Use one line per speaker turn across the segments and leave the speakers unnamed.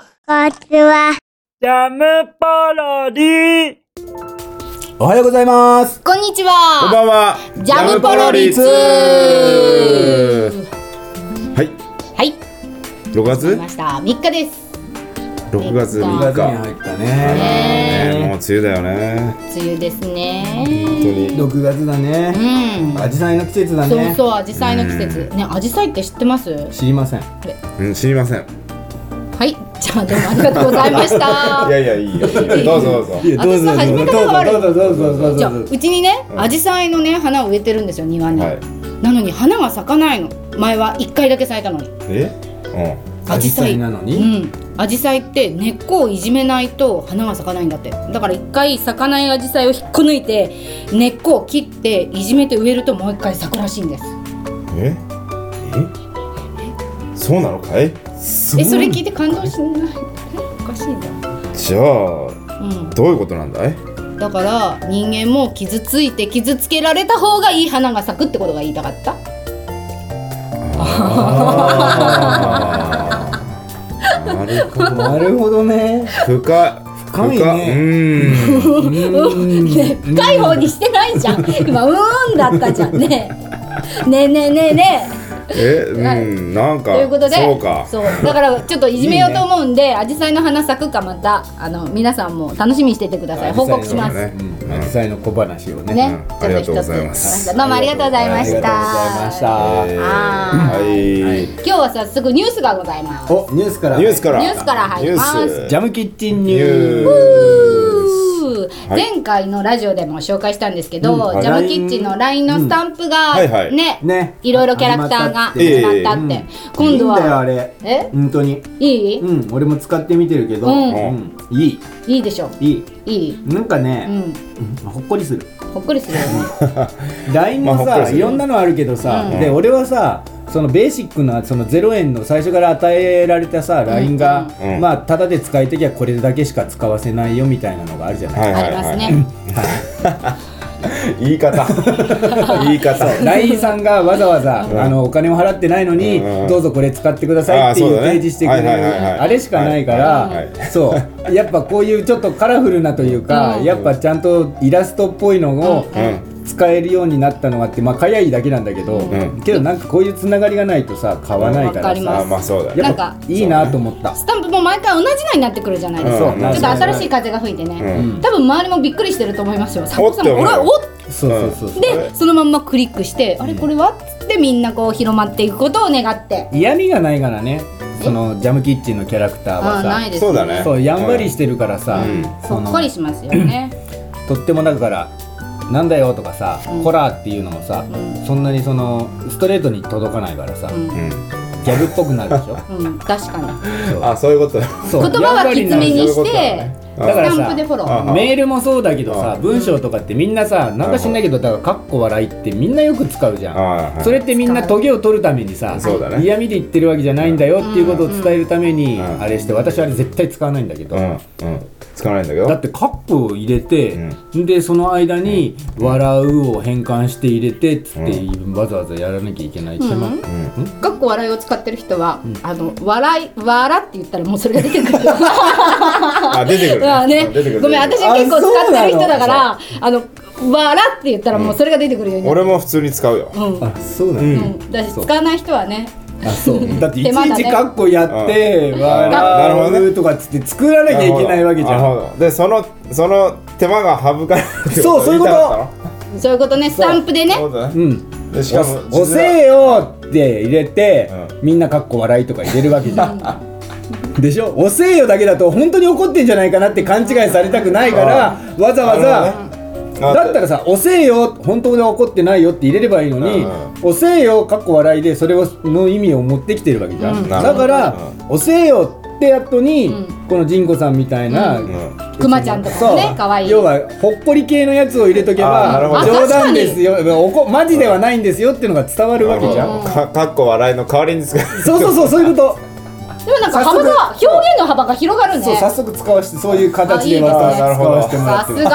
ちは。
ジャムパロディ
おはようございます。
こんにち
こん
は。
ばんは。
ジャムポロリツ
はい、
はい。
6
来
月
ました。三日です。
?6 月
6
3
月に
日。
入ったね。
ねも
ね
う梅雨だよね。
え、梅雨です
本
ね。
当に。
6月だ
う
ね。
ん。
アジサイの季節だ
そう
ね。
そう、アジサイの季節。ね、アジサイって知ってます。は
知りません。
うん、知りません。い
い、じゃあ、どうもありがとうご ざいました。
や いや、いいよ。どうぞどうぞ。
いや
どうぞ私の始め方が悪い
どうぞどうぞどうぞ
じゃ
ど
あ、
うぞ。
うちにね、
うん
アジサイのね、花を植えてるんですよ、庭に。
はい。
なのに、花が咲かないの。前は一回だけ咲いたのに。
え
アジサイ
紫陽
な
花
の
う
に。
ん、アジサイって根っこをいじめないと花が咲かないんだってだから一回咲かないアジサイを引っこ抜いて根っこを切っていじめて植えるともう一回咲くらしいんです
うん。ええそうなのかい
えそれ聞いて感動しないおかしいな
じゃあ、どういうことなんだい
うん、だから人間も傷ついて傷つけられた方がいい花が咲くってことが言いたかった
あーなるほど。
なるほど ね。
深い。
深いね
深いうーん。
うー
ね
ん
深い方にしてないじゃん今うーんだったじゃんねねえねえねえねえ
え、うん、なんか。
ということで
そうか。
そうだからちょっといじめようと思うんでアジサイの花咲くかまたあの皆さんも楽しみにしててください報告します
ね
うんアジサイの小話をね。
ね、ち
うん
ょっ
ありが
一
と
つ
うございます
どうもありがとうございま
あり
し
がとうござい
た。
ました。
えー
は
はい。
今日は早速ニュースがございます。
おニュースから。
ニュースから。
ニュースから入ります
ニュース
ジャムキッチンニ
ニ
ュ
ュ
ース。
ース。はい
前回のラジオでも紹介したんですけど、
うん
ジャムキッチンの LINE のスタンプが、
うんはいはい
ね、
ね
いろいろキャラクターが
始
始
ま
ま
ったって
ったって、
いい
今
ん
度
だよ
は
あれ。
え
本当に。
いい、
うん、俺も使ってみてるけど、
う
うんん、いい、
いいでしょ
いい。
いい、
なんか
う
ね、
ん、
うんほっこりする。
ほっこりするよね。
LINE
まあ
も
ほっこり
さ、
する
いろんなのあるけどさ、
うん
で、俺はさ、そのベーシックなその0円の最初から与えられたさ、LINE が、
うん
まあ、ただで使いたきゃこれだけしか使わせないよみたいなのがあるじゃない。
はい
あ
は
り
い
ます
は
ね。
い。言い方。 言い方。
LINE さんがわざわざ、あのお金を払ってないのに、
うん
どうぞこれ使ってくださいってい
あーそう
う
だね
提示してくれる
はいはいはいはい
あれしかないから、
はいは
そうやっぱこういうちょっとカラフルなというか、
うん
やっぱちゃんとイラストっぽいのを
うん
使えるようになったのがあってまあ早いだけなんだけど、
ん
けどなんかこういうつながりがないとさ買わな
わ
いか
からり
あ、
さ
ま
まあそうだ
や
ね。
っぱ
なん
いいなと思った。
スタンプも毎回同じのになってくるじゃないですか。
うん
ちょっと新しい風が吹いてね、
うん。
多分周りもびっくりしてると思いますよ。サボさんも、
おっ
お
て思う
ら、おっ
そうそうそうそう
は
で
い
そのまんまクリックして「あれこれは?」っつってみんなこう広まっていくことを願って
嫌味がないからねそのジャムキッチンのキャラクター
あ
は
あ
さ
ないです
そうだね
そうやんばりしてるからさ、
うん
そ
ほ
の
っこりしますよね
とってもだからなんだよとかさ、
うん
ホラーっていうのもさ、
う
そんなにそのストレートに届かないからさ、
うん
うん
ギャグっぽくなるでしょ
うん確かに
あ、そういうことだ。
そう
言葉はきつめに
そういう
し
ことだ
て
ね
だからさ
スタンプでフォロ
あ
ー
あ
メールもそうだけどさ
う
文章とかってみんなさなんか知んないけどだからかっこ笑いってみんなよく使うじゃん、
あ
それってみんなトゲを取るためにさ、
そうだね
嫌味で言ってるわけじゃないんだよっていうことを伝えるために、
うん
あれして私あれ絶対使わないんだけど、
うんうん。使わないんだけど。
だってカップを入れて、でその間に「笑う」を変換して入れてっつって、わざわざやらなきゃいけないって、まあ
かっこ笑いを使ってる人は「あの笑い笑」って言ったらもうそれが出てくる
あ、出てくる
まあ。ね
出てくる
ごめん私は結構使ってる人だからあの笑って言ったらもうそれが出てくるようになる
俺も普通に使うよ。
うん
あそうだ
う
ね、
んだし使わない人はね
あそうだっていち
手間だ
い
ね
ちカッコやって「
うんあなるほ
笑
ど
う」とかっつって作らなきゃいけないわけじゃ
なる
ん
ほどでそのその手間が省かれるって
そうそういうこと
そういうことねスタンプでね
そうだ
う
ね
ん
でしかも
「おおせえよ」って入れて、
う
みんなカッコ笑いとか入れるわけじゃん でしょ「おせえよ」だけだと本当に怒ってんじゃないかなって勘違いされたくないからわざわ
なる
ざ
ほどね
だったらさ「おせえよ」本当に怒ってないよって入れればいいのに
うん
「おせえよ」かっこ笑いでそれをの意味を持ってきてるわけじゃん、
うん
だから「
う
おせえよ」って後に、
うん
このジンコさんみたいな、
うん
うん
クマちゃんとかもね
そう
可愛い
要はほっこり系のやつを入れとけ
あー
ば
なるほ
冗
ど
談ですよおこマジではないんですよっていうのが伝わるわけじゃん、
ん
かかっこ笑いの代わりに使う
そうそうそうそういうこと、
でもなんか幅が表現の幅が広がるね
そう早速使わせてそういう形でま
あいいですね
た使わせてもら
さ
って
す
る
が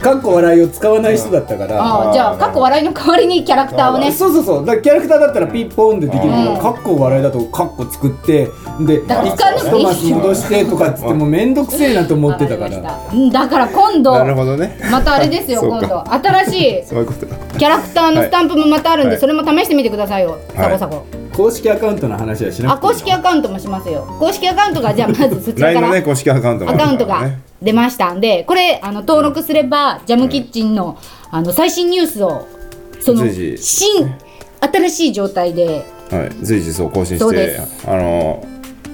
かっこ笑いを使わない人だったから、
ああじゃあ過去笑いの代わりにキャラクターをね
そうそうそうだからキャラクターだったらピッポンでできるけ
うん
どカッコ笑いだとカッコ作ってで
だから使わなくていい
一マス戻してとかっつってもうめんどくせえなと思っ てたか
わ
ら
りましたうんだから今度
なるほどね
またあれですよ
そう
今
か
度新しい
そういうことだ
キャラクターのスタンプもまたあるんで、
はい
それも試してみてくださいよ、サコサコ
公式アカウントの話はしな
あ
くていい
公式アカウントもしますよ公式アカウントがじゃあまずそちら
LINE
か
の
ら
ね公式アカウントもあ
ア
るか
カ
ら
ウ
ね
ントが出ましたんでこれあの登録すればジャムキッチンのあの最新ニュースをその
随時
新新しい状態で
はい、随時そう更新
そ
し
うで
てあの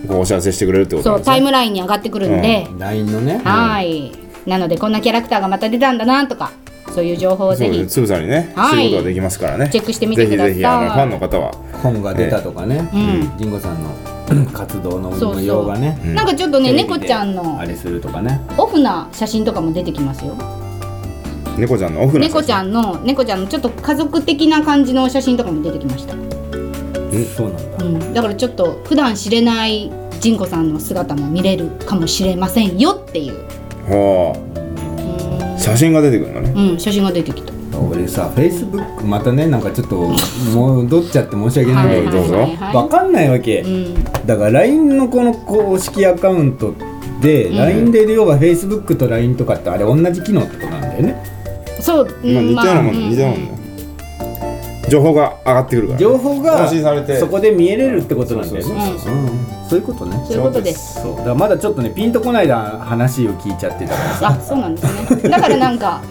こうお知らせしてくれるってこと
そ
なん
う
です
タイ
ね
ムラインに上がってくるんで、
LINE のね
はいなのでこんなキャラクターがまた出たんだなとかそういう情報を
そ
ぜ
うで
ひ
すつぶさにね、
はい
知ることができますからね
チェックしてみてください
ぜひぜひあのファンの方は
本が出たとかね
うん
りんごさんの活動の
そうそう
模様がね
なんかちょっとね
テレビで
猫ちゃんの
あれするとかね
オフな写真とかも出てきますよ
猫ちゃんのオフの
猫ちゃんの猫ちゃんのちょっと家族的な感じの写真とかも出てきました、う
そうなんだ
ん、だからちょっと普段知れないジンコさんの姿も見れるかもしれませんよっていう、
はあ写真が出てくるのね
うん、写真が出てきた
俺さフェイスブックまたねなんかちょっと戻っちゃって申し訳ないんだけど
どうぞ
わかんないわけ、
うん
だから LINE のこの公式アカウントで、
ん
LINE で要は Facebook と LINE とかってあれ同じ機能ってことなんだよね
そう、う
まあ、
ん
似たようなもん、
まあ
似たようなもんだよ情報が上がってくるから、
情報が
更新されて
そこで見えれるってことなんだよ
そ
そ
う
う
ね
そう
うんそういうことね
そういうことです
そうだからまだちょっとねピンとこないだ話を聞いちゃってたから
あそうなんですねだからなんか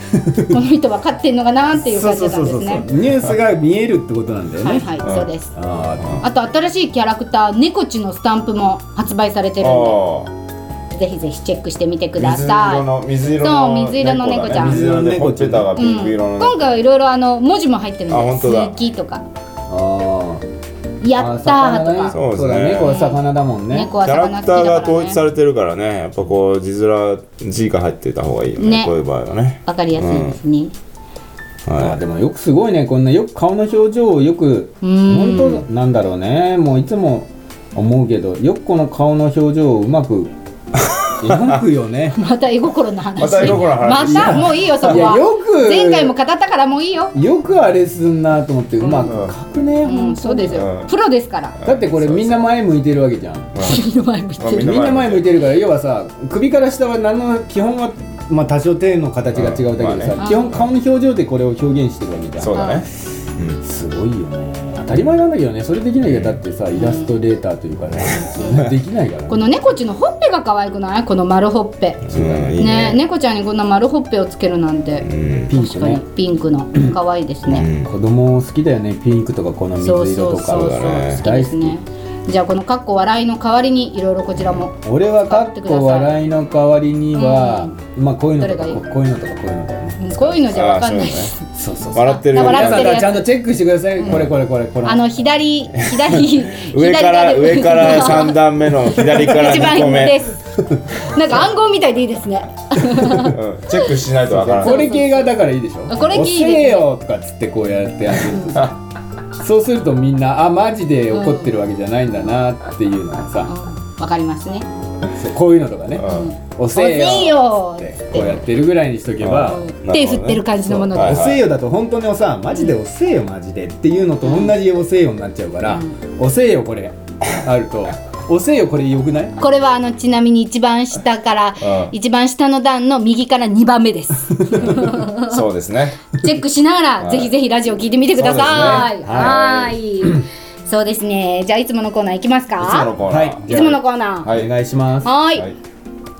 この人分かってんのかなっていう
そ
感
う
じ
そ
だ
う
った
そ
ん
う
で
そ
す
う
ね
ニュースが見えるってことなんだよね、
はいはいそうです
あー
あと新しいキャラクター猫ちのスタンプも発売されてるん
あ
でぜひぜひチェックしてみてく
あ
ださい
水色
そ
の
う水色の猫ちゃん
水色の猫ちゃん水色でほっぺたがピンク色の、
今回はいろいろあの文字も入ってるんで
あ本当だ
好きとか
あ
「やったー」とか、
そうで
そう
すね
だねこれ魚だもんね
猫
キ
は
ャ
魚好
ラク
き
ターが
だか
統一さ
らね
れてるからねやっぱこう字面字が入ってた方がいいよね
ね
こういう場合はね
わかりやすいですね、
あー
は
でもよくすごいねこんなよく顔の表情をよく
うん
本当なんだろうねもういつも思うけどよくこの顔の表情をうま く描くよね
また絵心の話
また絵心の話
またもういいよそこ
いや
は
よく
前回も語ったからもういいよ
よくあれすんなと思ってうまく描くね、
うんそうです
う
よ
ん
プロですから
ん
だってこれみんな前向いてるわけじゃん
君の前見て
みん
る
な
みんな前
前向
向
い
いてるから要はさ首から下は何の基本はまあ多少手の形が違うだけでさ、
うんま
あね
基本顔の表情でこれを表現してるわけじゃん
そうだね、
すごいよね当たり前なんだけどねそれできないよだってさイラストレーターというかねそんなできないからね
この猫ちのほっぺが可愛くないこの丸ほっぺ
うんうん、い
ね
いね
猫ちゃんにこんな丸ほっぺをつけるなんて、
うん
ピン
確
ク
かに
ね
ピンクの可愛いです
う
ね、
ん
子供好きだよねピンクとかこの水
そうそ
色と
う
か
そうそう、
ね
好きですねじゃあこの「かっこ笑い」の代わりにいろいろこちらも
俺はかっこ笑いの代わりには、まあこういうのとか
どれがいい
こういうのとかこういうのとかね
うんこういうのじゃわかんないです、
そうそう
笑ってるより
笑
皆
っ
さ
て
ん
るやつ
ちゃんとチェックしてください、これこれこれこれ
あの左左
上から
左
上 から三段目の左から
一
二個
番
目
で、すなんか暗号みたいでいいですね
うんチェックしないとわからない
これ系がだからいいでしょ
あこれ系いいですね
押せよとかっつってこうやってやるとさそうするとみんなあマジで怒ってるわけじゃないんだなっていうのが
うん
さ、
わかりますね
そうこういうのとかね、
うん
押せよ
押せよ
っつってこうやってるぐらいにしとけば、
うん
手振ってる感じのもので、
はい
押せよだと本当にさマジで押せよマジでっていうのと同じ押せよになっちゃうから、押せよこれあると押せよこれよくない
これはあのちなみに一番下から
うん
一番下の段の右から2番目です
そうですね
チェックしながらぜひぜひラジオ聞いてみてください、
そうですね
は
は
ーいそうですねじゃあいつものコーナーいきます
いつもの
か
コーナー
いつものコーナー
はい
お願いします
はーい
はい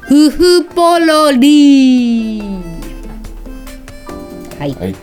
ふふぽろりーはい
はいはい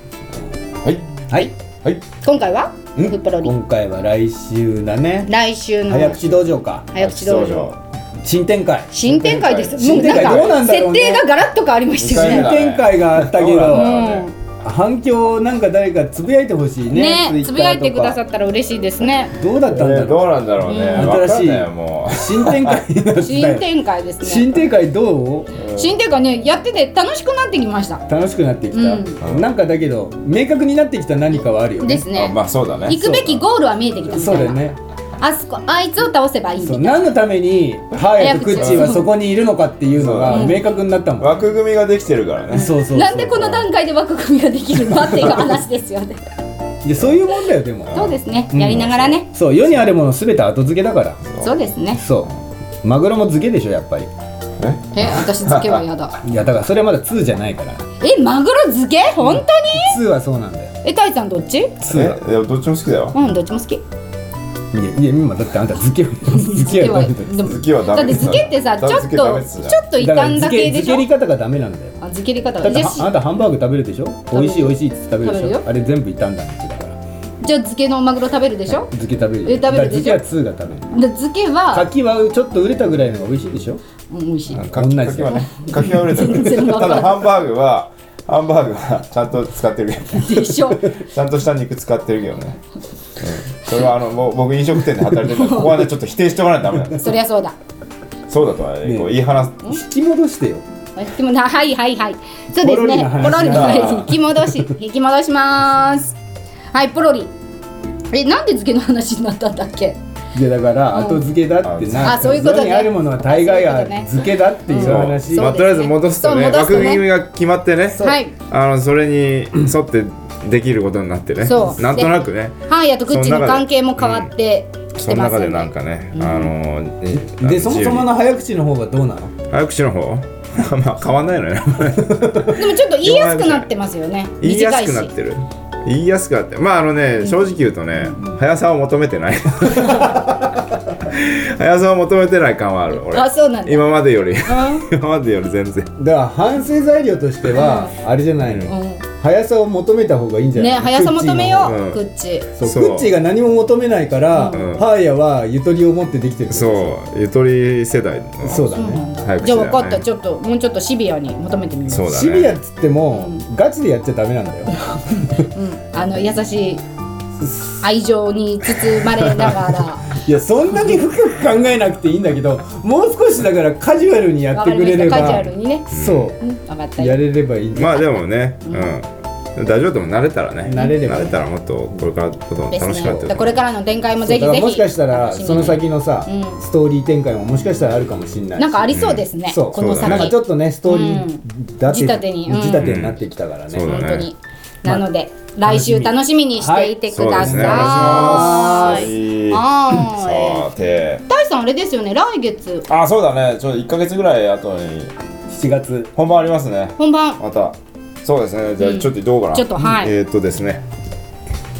はい
はい
今回は
ん
ふふぽろりー
今回は来週だね
来週の
早口道場か
早口道場
新展開
新展開ですも
新
う
展開
な
どうんなん
か
だろ
設
うね
定がガラッと変わりましたよ
新
ね
新展開があったけ
そうなんだ
ど
よ
うん
反響なんか誰かつぶやいてほしいね
ね、つぶやいてくださったら嬉しいですね。
たどうだったんだ
ねど
ろ
うなんだろうね
うん
わかんな
新し
い
い
も
う新展開になったよ
新展開ですね。
新展開どう
新展開ね、やってて楽しくなってきました。
楽しくなってきた、
うん
なんかだけど明確になってきた何かはあるよね
です
うあ
ね
ま。あそうだね
行くべきゴールは見えてきたみ
そう
たい
だよ
な。
ね
あそこ、あいつを倒せばいいみた
そう
いな。
何のためにハーヤとクッチーはそこにいるのかっていうの
そ
が
う
明確になったもん
枠組みができてるからね
そうそうそう
なんでこの段階で枠組みができるのっていう話ですよね。
でそういうもんだよでも
そうですね
うん
やりながらね、
そう世にあるものすべて後付けだから
そうですね
そうマグロも漬けでしょやっぱり
え私漬けは嫌だ
いやだからそれはまだ2じゃないから
えマグロ漬け本当に
2はそうなんだよ
えたいさんどっち
えい
2
や
は
どっちも好きだよ
うんどっちも好き
いやいや今だってあんた漬けは漬けはダメだよ
でも
漬けはダメ
だって漬けってさち
だ
ょっとち
漬けダメっす
ょ
じゃん
っと傷
だから
んだ
漬
系
け
で
漬
し
け
ょ
り方がダメなんだよ
あ漬けり方
だ
が
っ
じ
て
ゃ
は
あし
あなたハンバーグ食べるでしょ
べる
美味しい美味しいって食べるで
食べ
し
るよ
ょあれ全部傷んだんだから
じゃあ漬けのマグロ食べるでしょ
漬け食べる
え食べるでしょ
だから漬けは2が食べる
で漬けは、
柿はちょっと売れたぐらいのが美味しいでしょ
うん、美味しい
かき
同
か
じ
きはねかきは売れて
全然
る
わか
た
んない
だハンバーグはハンバーグは ちゃんと使ってるけど
でし ょ
ちゃんとした肉使ってるけどね、うん、それはあのもう僕飲食店で働い てるからここはねちょっと否定してもらわないとダメなんで
そりゃそうだ
すそうだとは、ね、こう
ね
言い話す
引き戻してよ
でもなはいはいはいそうですねポ
ポ
ロ
ロ
リ
リ
の
の
話だ
話引き戻し 引き戻しますはいポロリえなんで漬けの話になったんだっけ
いやだから
うん
後付けだってな、
あそういうことね
世にあるものは大概は漬けだっていう話、
そう
まあ、とりあえず戻すとね
そう戻すと
枠
ね
組みが決まってね
うはい
あのそれ に沿ってできることになってね
そう
なんとなくね
ハンヤとグッチの関係も変わってき
そ
て
の
ます
中
よ
で
ね
なんかね、
うん
あのえあの
でそもそもの早口の方がどうなの
自由に早口の方 まあ変わんないのよ
でもちょっと言いやすくなってますよね
言いやすくなっ
短いして
る言いやすくなってまああのね正直言うとね、速さを求めて ない速さを求めてない感はある俺
あそうなんだ
今までより
う
今までより全然
だから反省材料としてはあれじゃないの、
んうん
速さを求めた方がいいんじゃない
ね
の
速さ求めよう
ク
グッチ
クッチーの
そ
方そううクッチーが何も求めないから、
うん
ハーヤはゆとりを持ってできてる
そうゆとり世代の
そう
そ
だ
うな
ね
んだ
早口
じ
だ
ゃ
よ
あ
ね
分かったちょっともうちょっとシビアに求めてみます
そうだね
シビアっつっても、
うん
ガチでやっちゃダメなんだよ
うん、あの優しい愛情に包まれなが ら
いやそんだけ深く考えなくていいんだけどもう少しだからカジュアルにやってくれれ
わかりましたカジ
ば
ュアルにね、
そ
うん、分かった
うやれればいいんだよ
まあでもね、うん、大丈夫でも慣れたらね、
慣れれば
たらもっとこれからのことも
です
楽しくなっ
ね
て
だ
ると思
からこれ
う。
からの展開も
そう
ぜひ
だか
ぜひ
らもしかしたら
楽しみに
その先のさ、
うん
ストーリー展開ももしかしたらあるかもしれないし
なんかありそうですね、
そう
この
そう
先
だ
なんかちょっとねストーリ
う
ーだって
仕立てにうん
仕立てになってきたからね、
そうだ
本
ね
当に、なので来週楽しみにしていてください、
はいそうですねお願いします
は
さて
いタイさんあれですよね来月
あそうだねちょっと1か月ぐらい後に
7月
本番ありますね
本番
またそうですねじゃあ
うん
ちょっとどうかな、
ちょっとはい、
えーっとですね、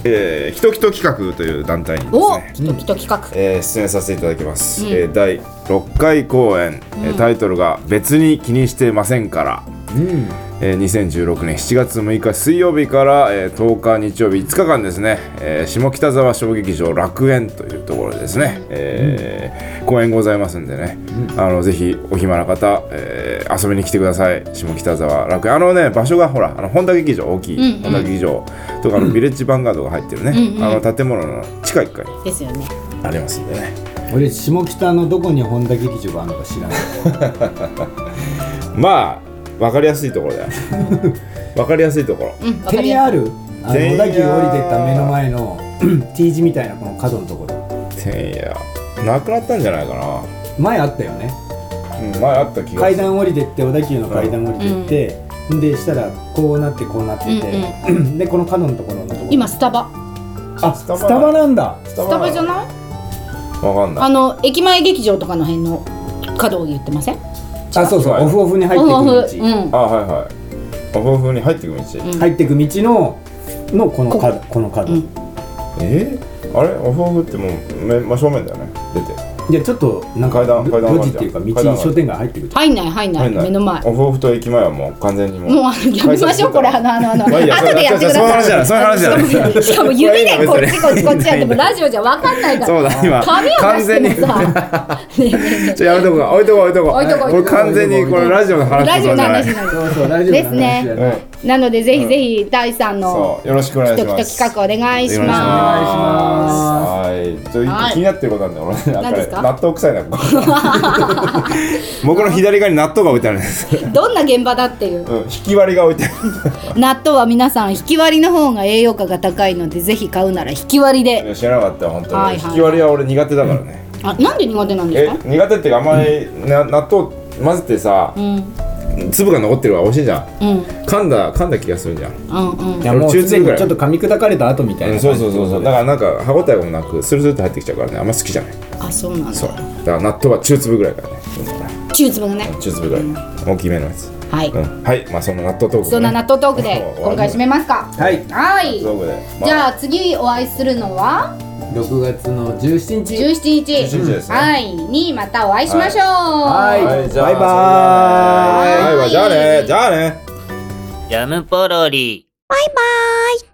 えー、ひときと企画という団体にです
お
ね、
きっときっと企画、
えー出演させていただきます、
うん
えー第6回公演、えータイトルが「別に気にしてませんから」
うん
えー2016年7月6日水曜日から、えー10日日曜日5日間ですね、えー下北沢小劇場楽園というところでですね、えー公演ございますんでね、あのぜひお暇な方、えー遊びに来てください下北沢楽園あのね場所がほらあの本田劇場大きい、
うんうん
本田劇場とかあのビレッジヴァンガードが入ってるね、
うんうん
あの建物の地下1階に
ですよね
ありますんでね
俺下北のどこに本田劇場があるのか知らない
まあわかりやすいところだ よわかりやすいところ
うんわかりや
10R あの
てんや
小田急降りてった目の前の T 字みたいなこの角のところ
てんやなくなったんじゃないかな
前あったよね
うん、前あった気が
階
する
段降りてって小田急の階段降りてって、でしたらこうなってこうなってて、 でこの角のところのところ
すい今スタバ
あス
ス
タ
タ
バ
バ
なんだ
ス
スタバじゃない
わかんない
あの駅前劇場とかの辺の角を言ってません
あそうそうオフオフに入ってく道、
うん
あはいはいオフ風に入ってく道、
うん
入ってく道ののこの角この角、
うん
い
えーあれオフ風ってもうめ真正面だよね出て
やちょっとなんか
階段
路
階段
路地っていうか道に
階段
商店街入ってくる
入んない入んない目の前も
オフ風と駅前はもう完全にもう
うあのやめましょうこれあのあのあの後
まあいいや
でやってください
そういう話じゃないそういう話じゃない
しかも指でこ
こ
っ
れ
ちこっちこっちやってもラジオじゃ分かんないから
そうだ今
髪を出
完
して
全に
も
ちょ
さねえねえねえ
やめとこうか置いとこう置いとこう
置いとこう
これ完全にこれラジオの話
ラジオの
ない
話なん
そうそうラジオの話じゃない
うん
でなのでぜひぜひ大さんの
そうよろしくお願い
ド
し
キド
ま
キ
す
企画お願いし
お願いし
ま
ますはいちょっと一
はい
個気になってることなんだよ俺なん
何ですか
か納豆臭いなこ こ僕の左側に納豆が置いてあるんです、
すどんな現場だっていう
うん、引き割りが置いてある
納豆は皆さん引き割りの方が栄養価が高いのでぜひ買うなら引き割り
い
で
や知らなかった本当に、
はいはい
引き割りは俺苦手だからね、
あなんで苦手なんで
え
すか
苦手っていうかあんまりな納豆混ぜてさ、
うん
粒が残ってるから美味しいじゃん
うんうん
噛んだ噛んだ気がするじゃん、
うん
いやもう
中
すで
粒ぐ
に
らい
ちょっと噛み砕かれた後みたい
うん
な
そう
感じ
そうそうそうだからなんか歯応えもなくスルスルって入ってきちゃうからねあんま好きじゃない
あそうなん
そう
だ
だから納豆は中粒ぐらいからね
中粒のね
中粒ぐらい大きめのやつ
はい、
うんはいまあそんな納豆トークもね
そんな納豆トークで
そう
今回締めますか
はい
はい
トークでま
じゃあ次お会いするのは
6月の17日
17日
17日ですね
はいにまたお会いしましょう
はい
はいじゃあ
バイバーイ
哎それではねはいじゃあねじゃあね
ジャムポロリ。
バイバイ